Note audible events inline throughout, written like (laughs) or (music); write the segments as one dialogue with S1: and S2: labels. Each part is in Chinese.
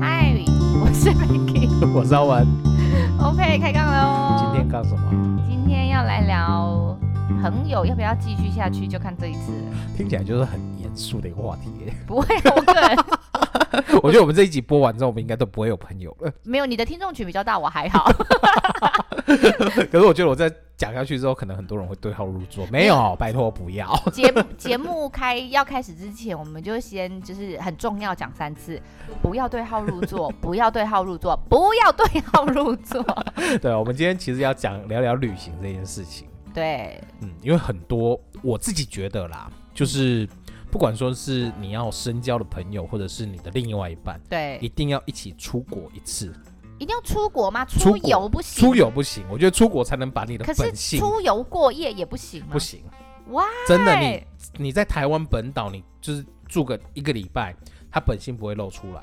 S1: 嗨， (laughs) 我是 Vicky。
S2: (laughs) 我是阿文，
S1: OK，开杠喽。
S2: 今天干什么？
S1: 今天要来聊朋友要不要继续下去，就看这一次 (laughs) 了。
S2: 听起来就是很严肃的一个话 (laughs) 题耶。
S1: 不会啊，我个人
S2: 我觉得我们这一集播完之后，我们应该都不会有朋友了。
S1: 没有你的听众群比较大，我还
S2: (laughs)
S1: 好。
S2: 可是我觉得我在讲下去之后，可能很多人会对号入座。没 (laughs) 有，拜托不要。
S1: 节目节目开要开始之前，我们就先就是很重要讲三次，不要对号入
S2: (laughs)
S1: 座，不要对号入座，不要对号入座。
S2: 对，啊我们今天其实要讲聊聊旅行这件事情。
S1: 对，
S2: 嗯，因为很多我自己觉得啦，就是不管说是你要深交的朋友，或者是你的另外一半，一
S1: 对，
S2: 定要一起出国一次。
S1: 一定要出国吗？
S2: 出
S1: 出
S2: 国
S1: 游不行，
S2: 出游不行，我觉得出国才能把你的
S1: 可是
S2: 本性
S1: 出游过夜也不行吗？
S2: 不行。
S1: 哇，
S2: 真的，你
S1: 对
S2: 你在台湾本岛，你就是住个一个礼拜，它本性不会露出来。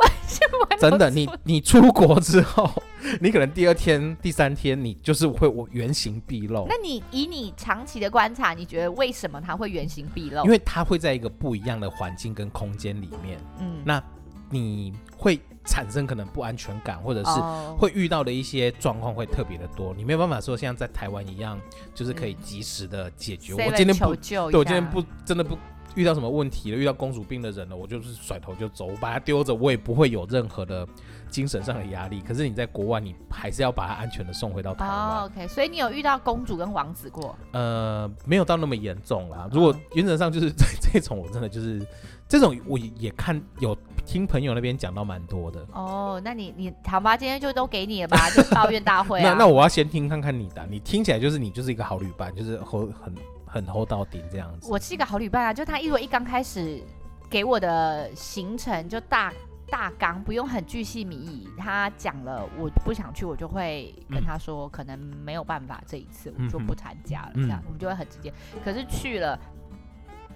S2: 真的，你你出国之后， (laughs) 你可能第二天、第三天，你就是会我原形毕露
S1: 那，你以你长期的观察，你觉得为什么它会原形毕露
S2: 因？为它会在一个不一样的环境跟空间里面，
S1: 嗯，
S2: 那你会产生可能不安全感，或者是。
S1: 哦
S2: 会遇到的一些状况会特别的多，你没有办法说像在台湾一样，就是可以
S1: 嗯
S2: 及时的解决。
S1: Seven
S2: 我今天不
S1: 求救一
S2: 对我今
S1: 下
S2: 天不真的不遇到什么问题了，遇到公主病的人了，我就是甩头就走，我把它丢着，我也不会有任何的精神上的压力。可是你在国外，你还是要把它安全的送回到台湾。
S1: 哦，OK，所以你有遇到公主跟王子过？
S2: 呃，没有到那么严重
S1: 哦
S2: 啦。如果原则上就是这这种，我真的就是这种，我也看有听朋友那边讲到蛮多的。
S1: 哦，那你你好吧，今天就都给你了吧，就抱怨大会
S2: (laughs) 那
S1: 啊。
S2: 那我要先听看看你的，你听起来就是你就是一个好旅伴，就是 hold 很很 hold 到顶这样子。
S1: 我是一个好旅伴啊，就他因为一刚开始给我的行程就大大纲，不用很巨细靡遗，他讲了我不想去，我就会跟他说、可能没有办法，这一次我就
S2: 嗯嗯哼
S1: 不参加了，
S2: 嗯
S1: 这样我们就会很直接。可是去了。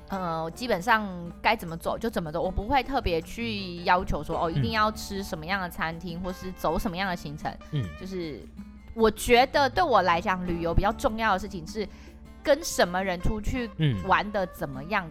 S1: 呃，基本上该怎么走就怎么走，我不会特别去要求说哦，一定
S2: 嗯
S1: 要吃什么样的餐厅，或是走什么样的行程。
S2: 嗯，
S1: 就是我觉得对我来讲，旅游比较重要的事情是跟什么人出去
S2: 嗯
S1: 玩的怎么样，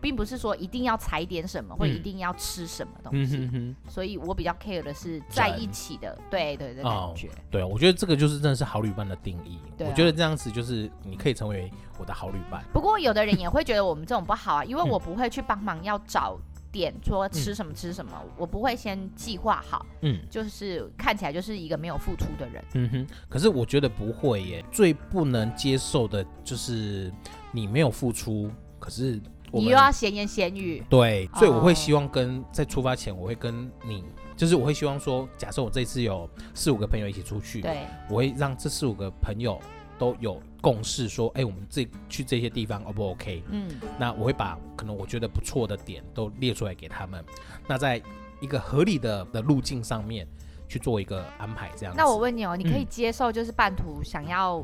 S1: 并不是说一定要踩点什么，或者
S2: 嗯
S1: 一定要吃什么东
S2: 嗯
S1: 西。
S2: 哼哼。
S1: 所以我比较 care 的是在一起的，对对对，
S2: 哦
S1: 感觉。
S2: 对，我觉得这个就是真的是好旅伴的定义。
S1: 对啊
S2: 我觉得这样子就是你可以成为我的好旅伴。
S1: 不过有的人也会觉得我们这种不好啊，因为
S2: 嗯
S1: 我不会去帮忙要找。点说吃什么吃什么，我不会先计划好，
S2: 嗯
S1: 就是看起来就是一个没有付出的人。
S2: 嗯哼，可是我觉得不会耶，最不能接受的就是你没有付出，可是我
S1: 你
S2: 们
S1: 又要闲言闲语，
S2: 对，所以我
S1: 哦
S2: 会希望跟、在出发前，我会跟你，就是我会希望说，假设我这次有四五个朋友一起出去，
S1: 对，
S2: 我会让这四五个朋友都有共识，说，哎，我们这去这些地方 O 不 OK？
S1: 嗯，
S2: 那我会把可能我觉得不错的点都列出来给他们，那在一个合理的的路径上面去做一个安排，这样子。嗯
S1: 那我问你哦，你可以接受就是半途想要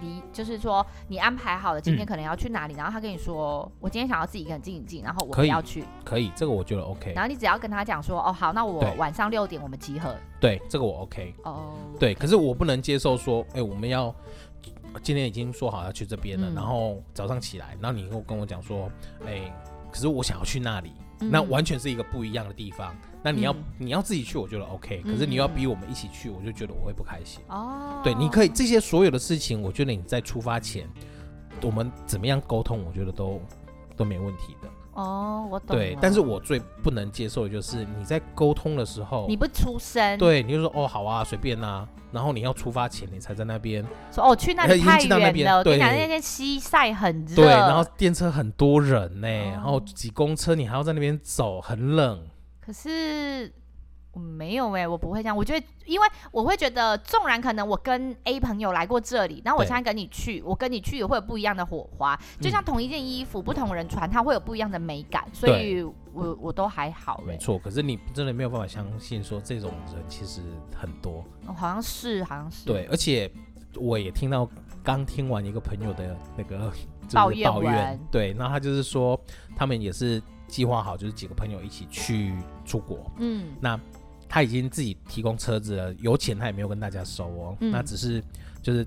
S1: 离，就是说你安排好了今天
S2: 嗯
S1: 可能要去哪里，然后他跟你说我今天想要自己一个人静一静，然后我
S2: 可
S1: 不
S2: 以
S1: 要去，
S2: 可以，这个我觉得 OK，
S1: 然后你只要跟他讲说哦好，那我
S2: 对
S1: 晚上六点我们集合
S2: 对，这个我 OK，
S1: 哦。
S2: 对。可是我不能接受说，哎、我们要今天已经说好要去这边了，
S1: 嗯
S2: 然后早上起来，然后你又跟我讲说，哎、可是我想要去那里，
S1: 嗯
S2: 那完全是一个不一样的地方。那你要、
S1: 嗯
S2: 你要自己去，我觉得 OK，
S1: 嗯
S2: 可是你又要逼我们一起去，我就觉得我会不开心。
S1: 哦，
S2: 对，你可以这些所有的事情，我觉得你在出发前，我们怎么样沟通，我觉得都都没问题的。
S1: 哦，我懂了。
S2: 对，但是我最不能接受的就是你在沟通的时候
S1: 你，不出声，，
S2: 对，你就说哦好啊，随便啦、然后你要出发前你才在那边，
S1: 说哦去那里
S2: 已经
S1: 太
S2: 进到那
S1: 远
S2: 边
S1: 了，我跟你
S2: 对
S1: 讲那天西晒很热，
S2: 对，然后电车很多人呢、然后
S1: 哦
S2: 挤公车，你还要在那边走，很冷。
S1: 可是我没有哎、我不会这样。我觉得，因为我会觉得，纵然可能我跟 A 朋友来过这里，然后我
S2: 对
S1: 现在跟你去，我跟你去也会有不一样的火花。
S2: 嗯
S1: 就像同一件衣服，不同人穿，它会有不一样的美感，所以我我都还好哎、
S2: 没错，可是你真的没有办法相信说这种人其实很多。
S1: 哦好像是，好像是。
S2: 对，，而且我也听到刚听完一个朋友的那个 (laughs) 就是
S1: 抱怨
S2: 抱
S1: 文
S2: 对，那他就是说他们也是计划好，就是几个朋友一起去出国，
S1: 嗯，
S2: 他已经自己提供车子了，油钱他也没有跟大家收哦，
S1: 嗯
S2: 那只是就是。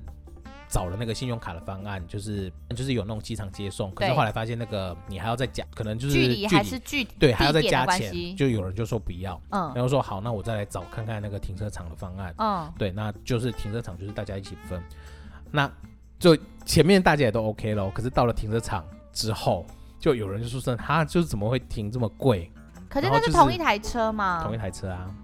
S2: 找了那个信用卡的方案，就是就是有那种机场接送，可是
S1: 对
S2: 后来发现那个你还要再加，可能就是
S1: 距离还是距
S2: 对，还要再
S1: 地点
S2: 加
S1: 的关
S2: 钱，
S1: 系
S2: 就有人就说不要，然
S1: 嗯
S2: 后说好，那我再来找看看那个停车场的方案。
S1: 嗯
S2: 对，那就是停车场就是大家一起分，那就前面大家也都 OK 咯，可是到了停车场之后，就有人就说声哈，就是怎么会停这么贵？
S1: 可是那
S2: 然后
S1: 是
S2: 就是
S1: 同一台车吗
S2: 同一？台车啊，
S1: 嗯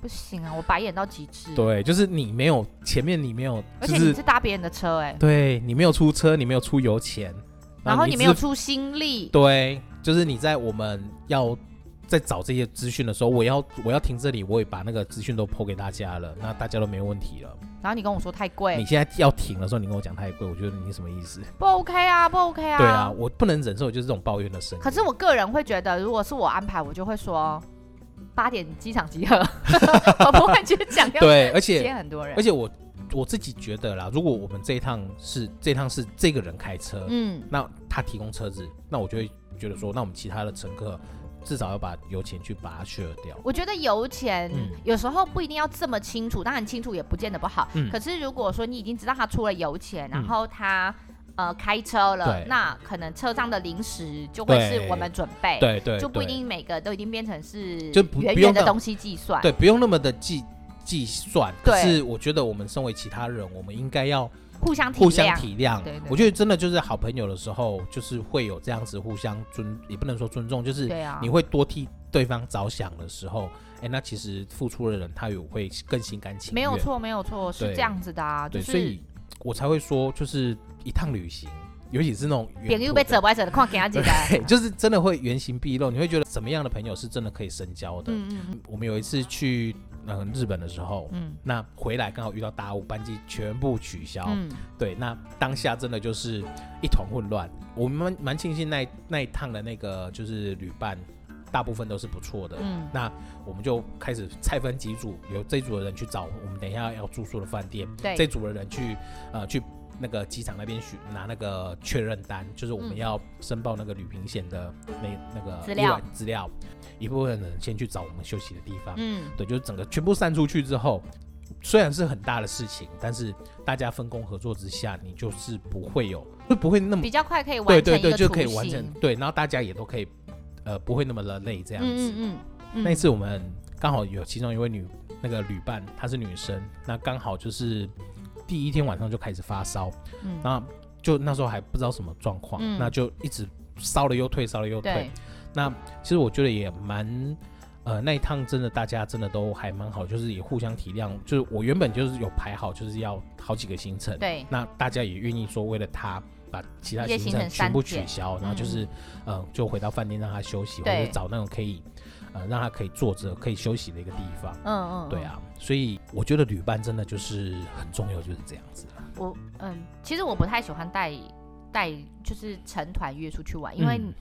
S1: 不行啊，我白眼到极致。，
S2: 对，就是你没有前面你没有，
S1: 而且
S2: 就
S1: 你
S2: 是
S1: 是搭别人的车哎，
S2: 对你没有出车，你没有出油钱，
S1: 然后
S2: 你
S1: 你
S2: 一
S1: 没有
S2: 直
S1: 出心力，
S2: 对，就是你在我们要在找这些资讯的时候，我要我要停这里，我也把那个资讯都抛给大家了，那大家都没问题了。
S1: 然后你跟我说太贵
S2: 你，现在要停的时候，你跟我讲太贵，我觉得你什么意思？
S1: 不 OK 啊，不 OK 啊。
S2: 对啊，。我不能忍受就是这种抱怨的声音。
S1: 可是我个人会觉得，如果是我安排，我就会说八点机场
S2: (laughs)
S1: 集合，我不会去讲要
S2: 对，而且
S1: 接很多人
S2: 而。且我我自己觉得啦，如果我们这一趟是这一趟是这个人开车，
S1: 嗯，
S2: 那他提供车子，那我就会觉得说，那我们其他的乘客至少要把油钱去把它削掉。
S1: 我觉得油钱、
S2: 嗯
S1: 有时候不一定要这么清楚，当然清楚也不见得不好。
S2: 嗯
S1: 可是如果说你已经知道他出了油钱，然
S2: 嗯
S1: 后他。呃，开车了
S2: 对，
S1: 那可能车上的零食就会
S2: 对
S1: 是我们准备，
S2: 对对，
S1: 就不一
S2: 对
S1: 定每个都已经变成是
S2: 就不
S1: 远
S2: 不用
S1: 远的
S2: 到
S1: 东西计算。
S2: 对，不用那么的计计算。可
S1: 对
S2: 是我觉得我们身为其他人，我们应该要
S1: 互相体
S2: 互相
S1: 谅。
S2: 体谅。
S1: 对对
S2: 我觉得真的就是好朋友的时候，就是会有这样子互相尊，也不能说尊重，就是
S1: 对啊，
S2: 你会多替对方着想的时候，哎、那其实付出的人他也会更心甘情愿。
S1: 没有，错，没有错，是
S2: 对
S1: 这样子的啊，就
S2: 对，
S1: 是
S2: 所以我才会说，就是一趟旅行，尤其是那种
S1: 别
S2: 远
S1: 人又
S2: 途
S1: 被
S2: 的
S1: 折歪折的，快给他解
S2: (laughs) 对，
S1: 决。
S2: 就是真的会原形毕露。你会觉得什么样的朋友是真的可以深交的？
S1: 嗯嗯嗯
S2: 我们有一次去嗯、呃日本的时候，
S1: 嗯
S2: 那回来刚好遇到大雾，班机全部取消。
S1: 嗯，
S2: 对，那当下真的就是一团混乱。我们蛮蛮庆幸那一那一趟的那个就是旅伴，大部分都是不错的。
S1: 嗯
S2: 那我们就开始拆分几组，有这组的人去找我们等一下要住宿的饭店，
S1: 对
S2: 这组的人去呃去那个机场那边去拿那个确认单，就是我们
S1: 嗯
S2: 要申报那个旅行险的那那个
S1: 资料
S2: 意外资料。一部分人先去找我们休息的地方，
S1: 嗯，
S2: 对，就是整个全部散出去之后，虽然是很大的事情，但是大家分工合作之下，你就是不会有，就不会那么
S1: 比较快可以完成
S2: 对嗯对
S1: 一
S2: 对，
S1: 个
S2: 就
S1: 雏
S2: 可以完成
S1: 形
S2: 对，然后大家也都可以，呃，不会那么的累这样子。
S1: 嗯嗯嗯，
S2: 那一次我们刚好有其中一位女那个旅伴，她是女生，那刚好就是第一天晚上就开始发烧，
S1: 嗯
S2: 那就那时候还不知道什么状况，
S1: 嗯
S2: 那就一直烧了又退，烧了又退
S1: 对，，
S2: 其实我觉得也蛮，呃，那一趟真的大家真的都还蛮好，就是也互相体谅。就是我原本就是有排好，就是要好几个行程，
S1: 对，
S2: 那大家也愿意说为了他把其他
S1: 一些
S2: 行
S1: 行
S2: 程
S1: 程
S2: 全部
S1: 删
S2: 取
S1: 减嗯
S2: 消，然后就是，呃，就回到饭店让他休息，或
S1: 对
S2: 者找那种可以，呃，让他可以坐着可以休息的一个地方。
S1: 嗯嗯，嗯
S2: 对，啊，所以我觉得旅伴真的就是很重要，就是这样子啦。
S1: 我嗯，其实我不太喜欢带带就是成团约出去玩，因为
S2: 嗯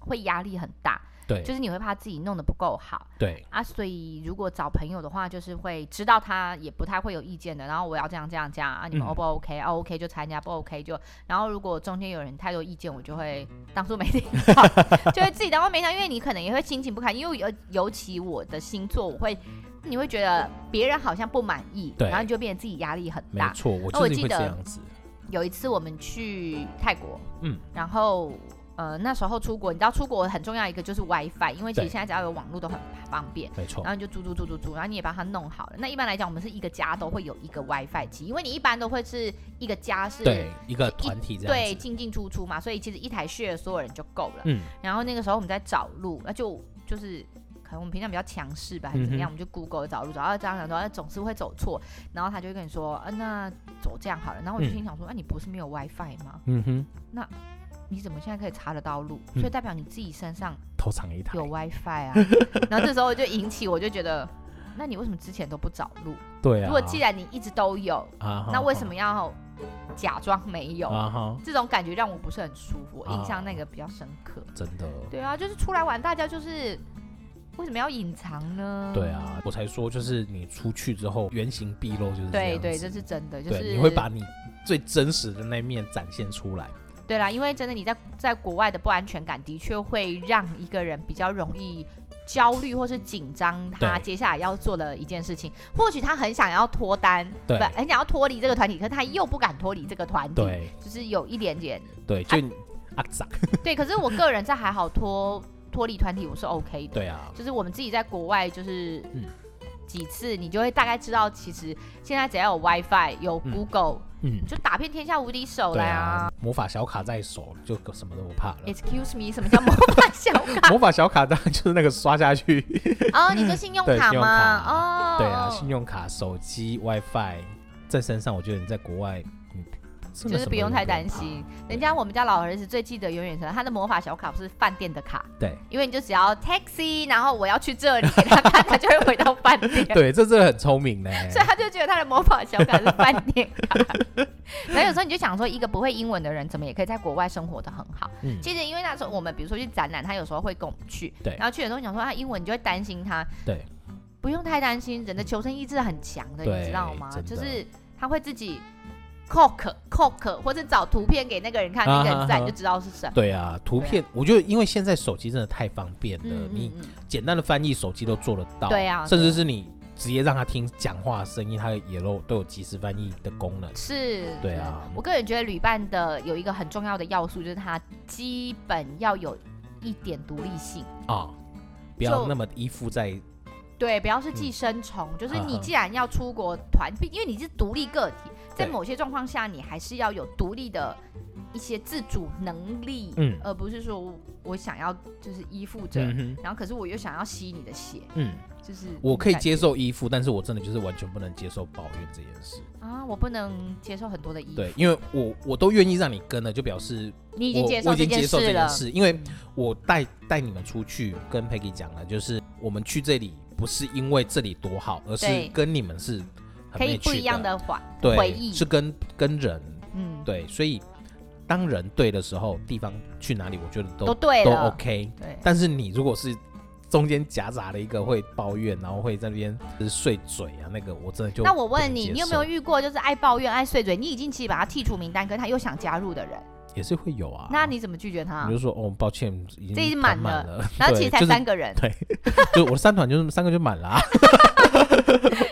S1: 会压力很大，
S2: 对
S1: 就是你会怕自己弄得不够好。
S2: 对
S1: 啊，所以如果找朋友的话，就是会知道他也不太会有意见的。然后我要这样这样这样啊，你们
S2: 嗯
S1: O 不 OK？、啊 OK 就参加，不 OK 就。然后如果中间有人太多意见，我就会当初没听到， (laughs) 就会自己当做没听到，因为你可能也会心情不堪，因为尤尤其我的星座，我会你会觉得别人好像不满意，
S2: 对
S1: 然后你就变得自己压力很
S2: 没
S1: 大。
S2: 错，我
S1: 那我
S2: 就是
S1: 记
S2: 会这
S1: 得
S2: 样子。
S1: 有一次我们去泰国，
S2: 嗯
S1: 嗯，然后呃那时候出国，你知道出国很重要一个就是 WiFi，因为其
S2: 对
S1: 实现在只要有网络都很方便。
S2: 没错
S1: 然，后你就租租租租租，然后你也把它弄好了。那一般来讲，我们是一个家都会有一个 WiFi 机，因为你一般都会是一个家是
S2: 对一个
S1: 一
S2: 团体这
S1: 对
S2: 样子，
S1: 进进出出嘛，所以其实一台 share 所有人就够了。
S2: 嗯，
S1: 然后那个时候我们在找路，那就就是可能我们平常比较强势吧，还
S2: 嗯
S1: 是怎么样，我们就 Google 找路，找到这样想说，啊总是会走错，然后他就会跟你说，啊，那走这样好了。然后我就
S2: 嗯
S1: 心想说，那、啊、你不是没有 WiFi 吗？
S2: 嗯哼，
S1: 你怎么现在可以查得到路？
S2: 嗯
S1: 所以代表你自己身上
S2: 偷藏一台
S1: 有，WiFi 啊。 (laughs) 然后这时候就引起我就觉得，那你为什么之前都不找路？
S2: 对啊。
S1: 如果既然你一直都有，
S2: 啊哈，
S1: 那为什
S2: 哈
S1: 么要假装没有？
S2: 啊哈，
S1: 这种感觉让我不是很舒服，我
S2: 啊
S1: 印象那个比较深刻。
S2: 真的，
S1: 对啊，就是出来玩，大家就是为什么要隐藏呢？
S2: 对，啊，我才说就是你出去之后原形毕露，就是
S1: 对
S2: 样
S1: 对，
S2: 子
S1: 这是真的，就
S2: 对
S1: 是
S2: 你会把你最真实的那一面展现出来，
S1: 嗯对啦，因为真的你在在国外的不安全感的确会让一个人比较容易焦虑或是紧张他
S2: 对
S1: 接下来要做的一件事情。或许他很想要脱单，
S2: 对
S1: 不很想要脱离这个团体，可是他又不敢脱离这个团体，
S2: 对
S1: 就是有一点点
S2: 对，就阿杂，
S1: 对。可是我个人在还好脱脱离团体，我是 OK 的。
S2: 对啊，
S1: 就是我们自己在国外，就是
S2: 嗯
S1: 几次，你就会大概知道，其实现在只要有 WiFi、有
S2: 嗯
S1: Google，、
S2: 嗯，
S1: 就打遍天下无敌手
S2: 对
S1: 了
S2: 啊
S1: 呀。，
S2: 魔法小卡在手，就什么都不怕了。
S1: Excuse me，什么叫魔法小卡？
S2: (laughs) 魔法小卡当然就是那个刷
S1: (laughs)
S2: 下去，
S1: 哦，你说信用
S2: 对
S1: 卡
S2: 信用
S1: 吗？
S2: 卡
S1: 哦，
S2: 对啊，信用卡、手机、WiFi 在身上，我觉得你在国外，嗯，真
S1: 就
S2: 的
S1: 是
S2: 什么
S1: 不用
S2: 都
S1: 太担
S2: 怕
S1: 心。。人家我们家老儿子最记得永远是他的魔法小卡，不是饭店的卡，
S2: 对
S1: 因为你就只要 taxi，然后我要去这里，给他看，他就会回到饭店。
S2: 对，这真的很
S1: (laughs)
S2: 聪明呢。
S1: 所以他就觉得他的魔法
S2: (laughs)
S1: 小卡是饭店卡。然后有时候你就想说，一个不会英文的人，怎么也可以在国外生活的很好？
S2: 嗯，
S1: 其实因为那时候我们比如说去展览，他有时候会跟我们去，
S2: 对
S1: 然后去的时候你想说他英文，你就会担心他，
S2: 对，
S1: 不用太担心，人的求生意志很强的，
S2: 对
S1: 你知道吗？
S2: 真的
S1: 就是他会自己 cook cook 或者找图片给那个人看，那个
S2: 啊
S1: 人
S2: 哈
S1: 自然
S2: 哈
S1: 就知道是什么。
S2: 对啊，图片，我觉得因为现在手机真的太方便了，
S1: 嗯
S2: 你
S1: 嗯嗯，
S2: 简单的翻译手机都做得到，
S1: 对啊
S2: 甚至是你直接让他听讲话声音，他也都都有即时翻译的功能。
S1: 是，
S2: 对啊
S1: 我个人觉得旅伴的有一个很重要的要素，就是他基本要有一点独立性。
S2: 啊、不要
S1: 就
S2: 那么依附在
S1: 对，不要是寄生虫，就是
S2: 啊
S1: 你
S2: 哈
S1: 既然要出国团，毕因为你是独立个体，在
S2: 对
S1: 某些状况下，你还是要有独立的一些自主能力，
S2: 嗯
S1: 而不是说我我想要就是依附着，
S2: 嗯哼
S1: 然后可是我又想要吸你的血，
S2: 嗯，
S1: 就是
S2: 我可以
S1: 那种感
S2: 接受依附，但是我真的就是完全不能接受抱怨这件事。
S1: 觉啊，我不能接受很多的依，
S2: 对，因为我我都愿意让你跟了，就表示
S1: 你已
S2: 我
S1: 经接
S2: 我
S1: 受
S2: 已经接
S1: 件
S2: 受这
S1: 事
S2: 件
S1: 了，
S2: 事，因为我带带你们出去，跟 Peggy 讲了，就是我们去这里不是因为这里多好，而是
S1: 对
S2: 跟你们是很
S1: 可以
S2: match
S1: 不一样的环
S2: 对
S1: 回忆，
S2: 是跟跟人
S1: 嗯，
S2: 对，所以当人对的时候，地方去哪里，我觉得都
S1: 都对
S2: 都
S1: 了，
S2: OK。
S1: 对，
S2: 但是你如果是中间夹杂了一个会抱怨，然后会在那边就是碎嘴啊，那个我真的就
S1: 那我
S2: 不
S1: 问
S2: 能
S1: 你，
S2: 接
S1: 你有没有
S2: 受
S1: 遇过就是爱抱怨、爱碎嘴，你已经其实把他剔除名单，可是他又想加入的人，
S2: 也是会有啊？
S1: 那你怎么拒绝他
S2: 你？就说哦，抱歉，已经
S1: 这已经
S2: 满
S1: 满了
S2: 了，
S1: 然后其实
S2: 对
S1: 才
S2: 就是
S1: 三个人，
S2: (laughs) 就我三团就是三个就满
S1: (laughs)
S2: 了、啊，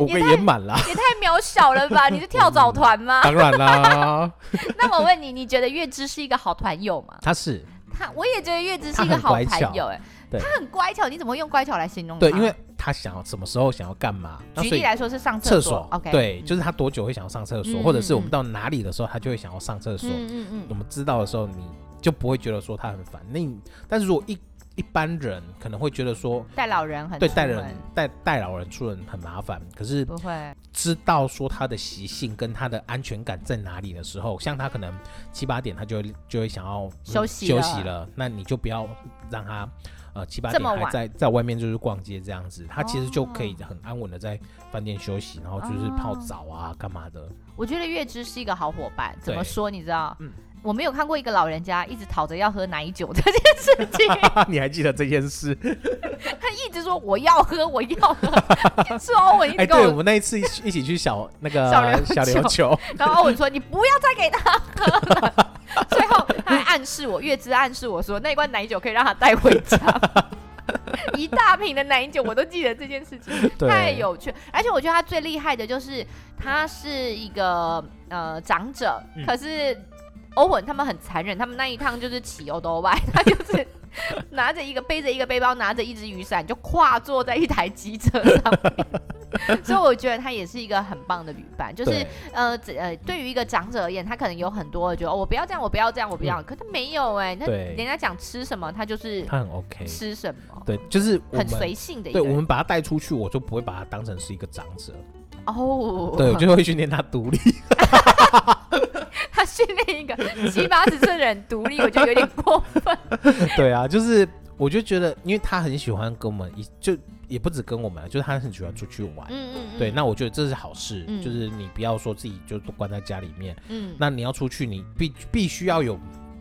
S2: 五个
S1: 也太
S2: 也满了啊、
S1: 也太渺小了吧？你是跳蚤团吗？
S2: 当然
S1: (laughs)
S2: 啦，
S1: 那我问你，你觉得月之是一个好团友吗？
S2: 他是
S1: 他，我也觉得月之是一个好
S2: 他很
S1: 团
S2: 乖巧
S1: 友、哎，
S2: 对
S1: 他很乖巧，你怎么会用乖巧来形容他？
S2: 对，因为他想要什么时候想要干嘛，那
S1: 嗯举
S2: 所以
S1: 例来说是上
S2: 厕
S1: 所
S2: 所
S1: ，OK，
S2: 对，就是是他多久会想要上厕所，
S1: 嗯
S2: 或者是我
S1: 嗯
S2: 们到哪里的时候，他就会想要上厕所。
S1: 嗯嗯嗯
S2: 我们知道的时候，你就不会觉得说他很烦。那你但是如果一一般人可能会觉得说，
S1: 带老人很
S2: 对
S1: 出
S2: 带
S1: 门
S2: 人带带老人出门很麻烦，可是
S1: 不会，
S2: 知道说他的习性跟他的安全感在哪里的时候，像他可能七八点他就会就会想要嗯
S1: 休息
S2: 休
S1: 了
S2: 息了，那你就不要让他呃七八
S1: 这
S2: 点
S1: 么
S2: 还
S1: 晚
S2: 在在外面就是逛街这样子，他其实就可以
S1: 哦
S2: 很安稳的在饭店休息，然后就是泡
S1: 哦
S2: 澡啊干嘛的， (laughs)
S1: 我觉得月之是一个好伙伴。怎么
S2: 对
S1: 说？你知道？
S2: 嗯
S1: 我没有看过一个老人家一直讨着要喝奶酒这件事情，
S2: (laughs) 你还记得这件事？
S1: 他一直说我要喝，我要喝， (laughs) 说欧文一
S2: 哎，
S1: 直跟
S2: 对，我
S1: 我，
S2: 们那一次一起一起
S1: (laughs)
S2: 去小那
S1: 小琉
S2: 个
S1: 球
S2: 小琉球，
S1: 然后欧文说你不要再给他喝了，最后他还暗示我，月之暗示我说那一罐奶酒可以让他带回家，
S2: (laughs)
S1: 一大瓶的奶酒，我都记得这件事情。(laughs)
S2: 对，
S1: 太有趣，而且我觉得他最厉害的就是他是一个呃长者，
S2: 嗯
S1: 可是欧文他们很残忍，他们那一趟就是骑欧多外， (laughs) 他就是拿着一个背着一个背包，拿着一只雨伞，就跨坐在一台机车上面。 (laughs) 所以我觉得他也是一个很棒的旅伴，就是
S2: 对
S1: 呃这呃，对于一个长者而言，他可能有很多觉得、哦、我不要这样，我不要这样，我不要，可他没有哎、那
S2: 嗯对
S1: 人家讲吃什么，他就是
S2: 他很 OK，
S1: 吃什么，
S2: 对，就是我
S1: 很
S2: 们
S1: 随性的一个
S2: 对我
S1: 人
S2: 们把他带出去，我就不会把他当成是一个长者，
S1: 哦， (laughs)
S2: 对我就会训练他独立。
S1: 他训练一个七八十岁的人独立，我就有点过分。
S2: (laughs) 对啊，就是我就觉得，因为他很喜欢跟我们一，就也不止跟我们，啊就是他很喜欢出去玩。
S1: (laughs) 嗯嗯嗯，
S2: 对，那我觉得这是好事，
S1: 嗯
S2: 就是你不要说自己就都关在家里面，
S1: 嗯，
S2: 那你要出去，你必必须要有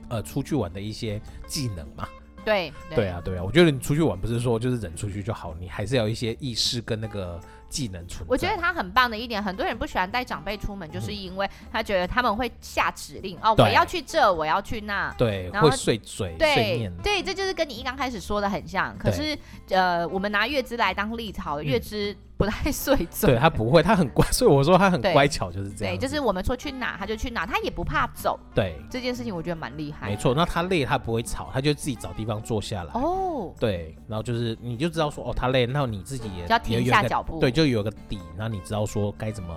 S2: 呃出去玩的一些技能嘛。
S1: 对
S2: 啊对，啊，对啊，我觉得你出去玩不是说就是人出去就好，你还是要有一些意识跟那个技能存在。
S1: 我觉得他很棒的一点，很多人不喜欢带长辈出门，就是因为他觉得他们会下指令哦，我
S2: 嗯对
S1: 要去这，我要去那。
S2: 对，
S1: 然后
S2: 会碎嘴碎
S1: 对
S2: 念的，
S1: 对，这就是跟你一刚开始说的很像。可是呃，我们拿月芝来当例子好了，
S2: 嗯
S1: 月芝不太碎嘴。
S2: 对他不会，他很乖，所以我说他很
S1: 对
S2: 乖巧就是这样
S1: 对，就
S2: 子。
S1: 是我们说去哪他就去哪，他也不怕走
S2: 对，
S1: 这件事情，我觉得蛮厉害。
S2: 没。错。那他累，他不会吵，他就自己找地方坐下来。
S1: 哦，
S2: 对，然后就是你就知道说哦，他累，那你自己也
S1: 就要停
S2: 也有
S1: 下
S2: 个
S1: 脚步。
S2: 对，就有个底，然后你知道说该怎么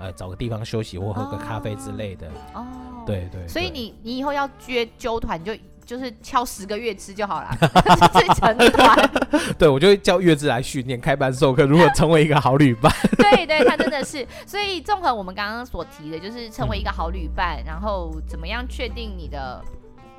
S2: 呃找个地方休息或喝个咖啡之类的。
S1: 哦。。
S2: 对对，
S1: 所以
S2: 哎对
S1: 你你以后要约揪团，你就就是敲十个月 (laughs) 吃就好了，是成团。
S2: 对我就会叫月子来训练开班授课，如何成为一个
S1: (laughs)
S2: 好旅伴。
S1: 对对，他真的是。所以综合我们刚刚所提的，就是成为一个
S2: 嗯
S1: 好旅伴，然后怎么样确定你的。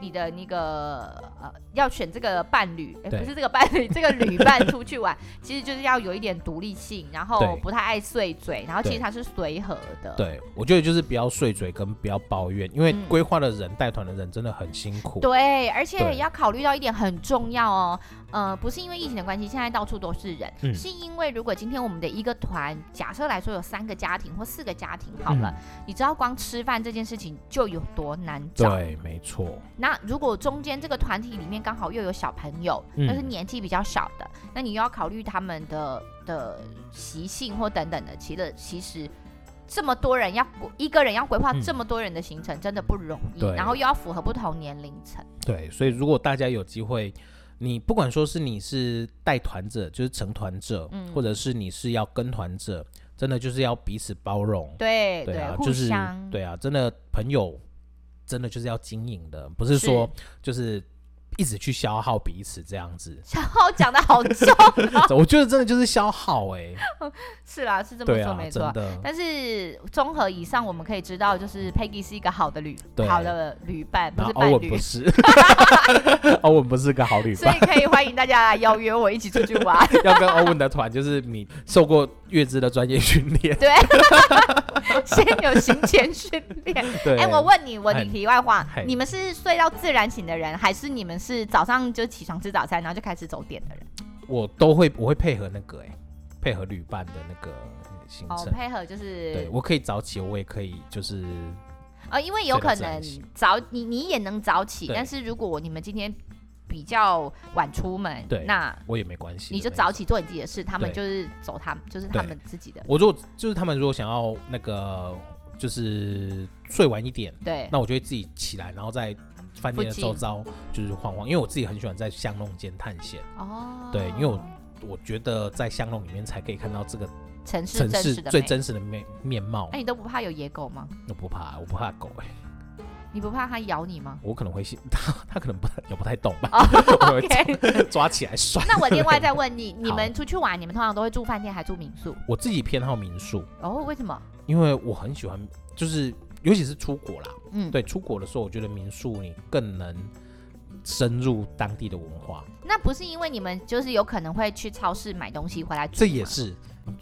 S1: 你的那个呃，要选这个伴侣，诶
S2: 对
S1: 不是这个伴侣，这个旅伴出去玩，其实就是要有一点独立性，然后
S2: 对
S1: 不太爱碎嘴，然后其实
S2: 对
S1: 它是随和的。
S2: 对我觉得就是不要碎嘴跟不要抱怨，因为
S1: 嗯
S2: 规划的人带团的人真的很辛苦。
S1: 对，而且
S2: 对
S1: 也要考虑到一点很重要哦，呃，不是因为疫情的关系，现在到处都是人，
S2: 嗯
S1: 是因为如果今天我们的一个团，假设来说有三个家庭或四个家庭好
S2: 嗯
S1: 了，你知道光吃饭这件事情就有多难找。
S2: 对，没错，
S1: 那如果中间这个团体里面刚好又有小朋友，
S2: 嗯
S1: 但是年纪比较小的，那你又要考虑他们的的习性或等等的，其实其实。这么多人要一个人要规划
S2: 嗯
S1: 这么多人的行程，真的不容易，
S2: 对
S1: 然后又要符合不同年龄层。
S2: 对，所以如果大家有机会，你不管说是你是带团者，就是成团者，
S1: 嗯
S2: 或者是你是要跟团者，真的就是要彼此包容。
S1: 对
S2: 对啊，
S1: 互
S2: 就是
S1: 相 (laughs)
S2: 对啊，真的朋友真的就是要经营的，不是
S1: 是。
S2: 说就是一直去消耗彼此这样子
S1: 小浩讲的好重，
S2: (laughs) 我觉得真的就是消耗哎、
S1: 是啦，是这么
S2: 对
S1: 说
S2: 啊，
S1: 没
S2: 真
S1: 错。
S2: 的。
S1: 但是综合以上，我们可以知道，就是 Peggy 是一个好的旅，
S2: 对
S1: 好的旅伴，不
S2: 然后
S1: 是
S2: 欧
S1: 伴
S2: 文
S1: 侣
S2: 不，是，
S1: (laughs)
S2: 欧文不是个好旅
S1: 所
S2: 伴
S1: 以，可以欢迎大家来邀约我一起出去
S2: (laughs)
S1: 玩。
S2: 要跟欧文的团就是你受过月资的专业训练。
S1: 对， (laughs) 先有行前训练。
S2: (laughs) 对，
S1: 哎、我问你，我
S2: 哎
S1: 你题外话
S2: 嘿，
S1: 你们是睡到自然醒的人，还是你们是早上就起床吃早餐，然后就开始走点的人？
S2: 我都会，我会配合那个哎、配合旅伴的那个行
S1: 哦
S2: 程。，
S1: 配合就
S2: 对
S1: 是
S2: 我可以早起，我也可以就是
S1: 呃，因为有可
S2: 睡到自
S1: 能
S2: 然醒
S1: 早你你也能早起，
S2: 对
S1: 但是如果你们今天比较晚出门，
S2: 对
S1: 那
S2: 我也没关系的那
S1: 你
S2: 种。
S1: 就早起做你自己的事，他们
S2: 对
S1: 就是走他们就是他们自己的，
S2: 我如果就是他们如果想要那个就是睡晚一点，
S1: 对
S2: 那我就会自己起来，然后在饭店的
S1: 附近
S2: 周遭就是晃晃，因为我自己很喜欢在巷弄间探险。
S1: 哦，
S2: 对因为我觉得在巷弄里面才可以看到这个
S1: 城市
S2: 城
S1: 真
S2: 市
S1: 实的
S2: 最
S1: 美。哎
S2: 真实的面面貌
S1: 那。你都不怕有野狗吗？
S2: 我不怕，我不怕狗哎、
S1: 你不怕它咬你
S2: (laughs)
S1: 吗
S2: 我可能会信它，它可能不咬不太动吧，
S1: 哦
S2: (laughs) 我会
S1: ？OK，
S2: 抓 (laughs) 起来甩。
S1: 那我另外再问你，你们出去玩，你们通常都会住饭店还住民宿？
S2: (laughs) 我自己偏好民宿，
S1: 哦，为什么？
S2: 因为我很喜欢，就是尤其是出国啦，
S1: 嗯，
S2: 对，出国的时候，我觉得民宿你更能深入当地的文化，
S1: 那不是因为你们就是有可能会去超市买东西回来煮
S2: 这也
S1: 吗
S2: 是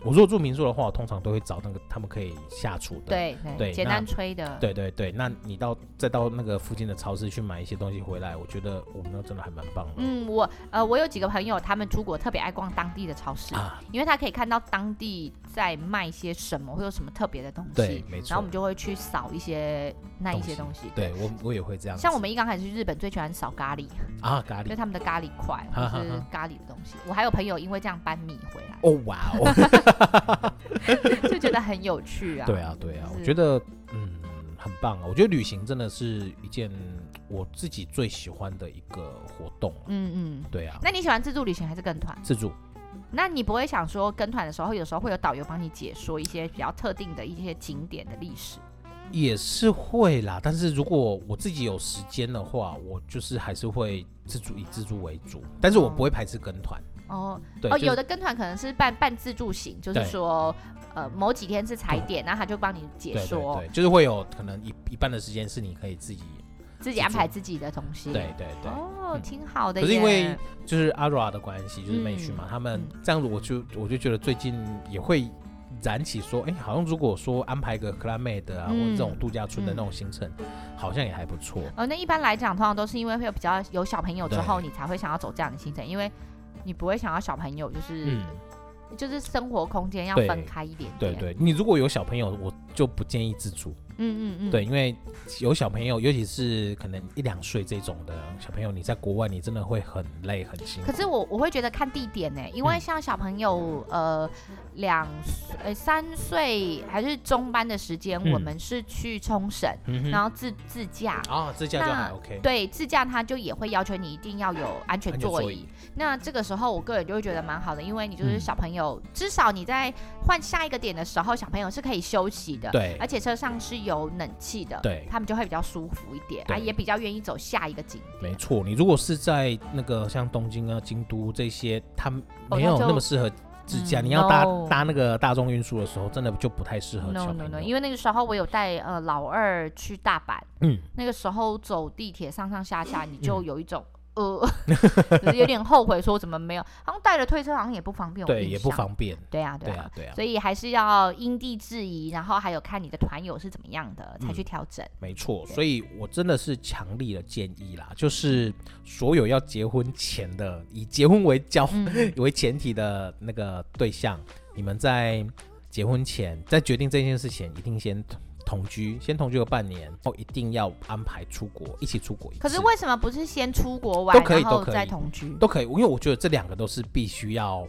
S2: 我如果住民宿的话，我通常都会找那个他们可以下厨的。
S1: 对
S2: 对
S1: 简
S2: 那
S1: 单吹的，
S2: 对对对那你到再到那个附近的超市去买一些东西回来，我觉得我们那真的还蛮棒的、
S1: 嗯，我呃，我有几个朋友，他们出国特别爱逛当地的超市，
S2: 啊。
S1: 因为他可以看到当地在卖些什么，会有什么特别的东
S2: 对
S1: 西，，
S2: 没
S1: 然后我
S2: 错
S1: 们。就会去扫一些那一些东西。
S2: 对我我也会这样子。
S1: 像我们一刚开始去日本，最喜欢扫咖喱，
S2: 啊咖
S1: 就
S2: 喱，
S1: 他们的咖喱块或
S2: 哈哈
S1: 是
S2: 哈
S1: 咖喱的东西。我还有朋友因为这样搬米回来，
S2: 哦哇哦，
S1: 就觉得很有趣啊。
S2: (laughs) 对啊对啊，
S1: 就
S2: 我
S1: 是
S2: 觉得嗯很棒啊。我觉得旅行真的是一件我自己最喜欢的一个活动啊。
S1: 嗯嗯。
S2: 对啊，
S1: 那你喜欢自助旅行还是跟团？
S2: 自助
S1: 那你不会想说跟团的时候，有时候会有导游帮你解说一些比较特定的一些景点的历史？
S2: 也是会啦，但是如果我自己有时间的话，我就是还是会自助以自助为主，但是我不会排斥跟团。
S1: 哦，
S2: 对，
S1: 哦，
S2: 就是
S1: 有的跟团可能是办办自助行，就是
S2: 对
S1: 说，呃，某几天是踩点，那他就帮你解
S2: 对对
S1: 说，
S2: 对，就是会有可能一一半的时间是你可以自己，
S1: 自己安排自己的东西。
S2: 对，对对。
S1: 哦，
S2: 嗯
S1: 挺好的
S2: 可
S1: 耶。
S2: 是因为就是阿 ra 的关系，就是妹婿嘛，
S1: 嗯
S2: 他们这样子，我就我就觉得最近也会燃起说，哎、好像如果说安排个 Climate 啊，
S1: 嗯
S2: 或者这种度假村的
S1: 嗯
S2: 那种行程，好像也还不错。
S1: 呃，那一般来讲，通常都是因为会有比较有小朋友之
S2: 对
S1: 后，你才会想要走这样的行程，因为你不会想要小朋友就是
S2: 嗯，
S1: 就是生活空间要
S2: 对
S1: 分开一点
S2: 对
S1: 点。
S2: 对，你如果有小朋友，我就不建议自助。
S1: 嗯嗯嗯，
S2: 对，因为有小朋友，尤其是可能一两岁这种的小朋友，你在国外你真的会很累很辛苦。
S1: 可是我我会觉得看地点呢、因为
S2: 嗯
S1: 像小朋友呃两岁呃三岁还是中班的时间，
S2: 嗯
S1: 我们是去冲绳，
S2: 嗯哼，
S1: 然后自自驾。
S2: 啊，自驾就还 OK。
S1: 对，自驾它就也会要求你一定要有安全
S2: 安全
S1: 座
S2: 座
S1: 椅
S2: 椅。
S1: 那这个时候，我个人就会觉得蛮好的，因为你就是
S2: 嗯
S1: 小朋友，至少你在换下一个点的时候，小朋友是可以休息的。
S2: 对
S1: 而且车上是有冷气的，
S2: 对
S1: 他们就会比较舒服一点，啊，
S2: 对
S1: 也比较愿意走下一个景点。
S2: 没错，你如果是在那个像东京啊、京都这些，他们
S1: 哦
S2: 没有
S1: 那就
S2: 那么适合自驾。
S1: 嗯
S2: 你要搭
S1: no
S2: 搭那个大众运输的时候，真的就不太适合小
S1: No
S2: 朋
S1: no
S2: 友。
S1: no，因为那个时候我有带呃老二去大阪，
S2: 嗯，
S1: 那个时候走地铁上上下下，你就有一种、呃， (laughs) 就是有点后悔说怎么没有，好像带了推车好像也不方便，我
S2: 对
S1: 印
S2: 也不
S1: 象，
S2: 方便。
S1: 对啊对
S2: 对
S1: 啊。
S2: 啊，对啊，
S1: 所以还是要因地制宜，然后还有看你的团友是怎么样的，才
S2: 嗯
S1: 去调整。
S2: 没错。
S1: 对
S2: 所以我真的是强力的建议啦，就是所有要结婚前的，以结婚为交
S1: 嗯，
S2: (laughs) 为前提的那个对象，你们在结婚前，在决定这件事前，一定先同居，先同居个半年，后一定要安排出国，一起出国一次。
S1: 可是为什么不是先出国玩，
S2: 都可以
S1: 然后
S2: 都可以
S1: 再同居？
S2: 都可以，因为我觉得这两个都是必须要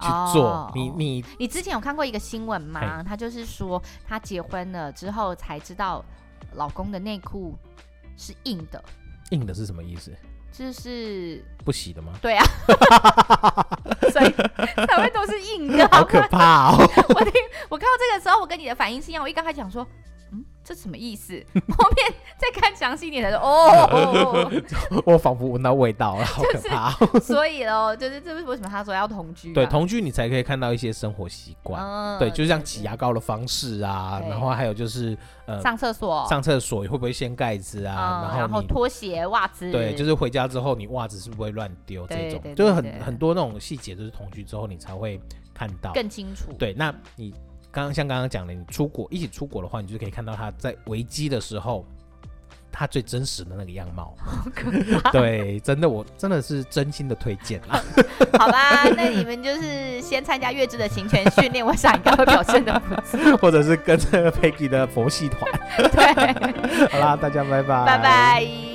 S2: 去做。
S1: 哦
S2: 你你
S1: 你之前有看过一个新闻吗？她就是说她结婚了之后才知道老公的内裤是硬的，
S2: 硬的是什么意思？ (laughs)
S1: 就是 (laughs)
S2: 不洗的吗？
S1: 对啊，所以才会都是硬的。
S2: 好可怕哦！ (laughs)
S1: 我听我看到这个时候，我跟你的反应是一样。我一刚开始想说，嗯，这什么意思？
S2: (laughs)
S1: 后面再看详细一点才说，哦，
S2: 我仿佛闻到味道
S1: (laughs)
S2: 了，好可
S1: 就是
S2: 怕哦、 (laughs)
S1: 所以咯，就是这是为什么他说要同居嘛？啊
S2: 对，同居你才可以看到一些生活习惯。
S1: 嗯
S2: 对，就像挤牙膏的方式啊，
S1: 对
S2: 然后还有就是呃，
S1: 上厕所，
S2: 上厕所会不会掀盖子
S1: 嗯，
S2: 啊？然
S1: 然
S2: 后
S1: 后
S2: 你
S1: 拖鞋、袜子，
S2: 对，就是回家之后你袜子是不会乱丢这
S1: 对
S2: 种，
S1: 对
S2: 就是
S1: 对
S2: 很
S1: 对
S2: 很多那种细节，就是同居之后你才会看到。
S1: 更清楚。
S2: 对，那你刚刚像刚刚讲的，你出国一起出国的话，你就可以看到他在危机的时候。他最真实的那个样 (laughs) 貌，对，真的，我真的是真心的推荐 (laughs) 啊！
S1: (laughs) 好吧，那你们就是先参加月之的行前训练，我想应该会表现的不
S2: (laughs)
S1: 错。
S2: 或者是跟着 Peggy 的佛系团。
S1: 对，
S2: 好啦，大家拜拜，
S1: 拜拜。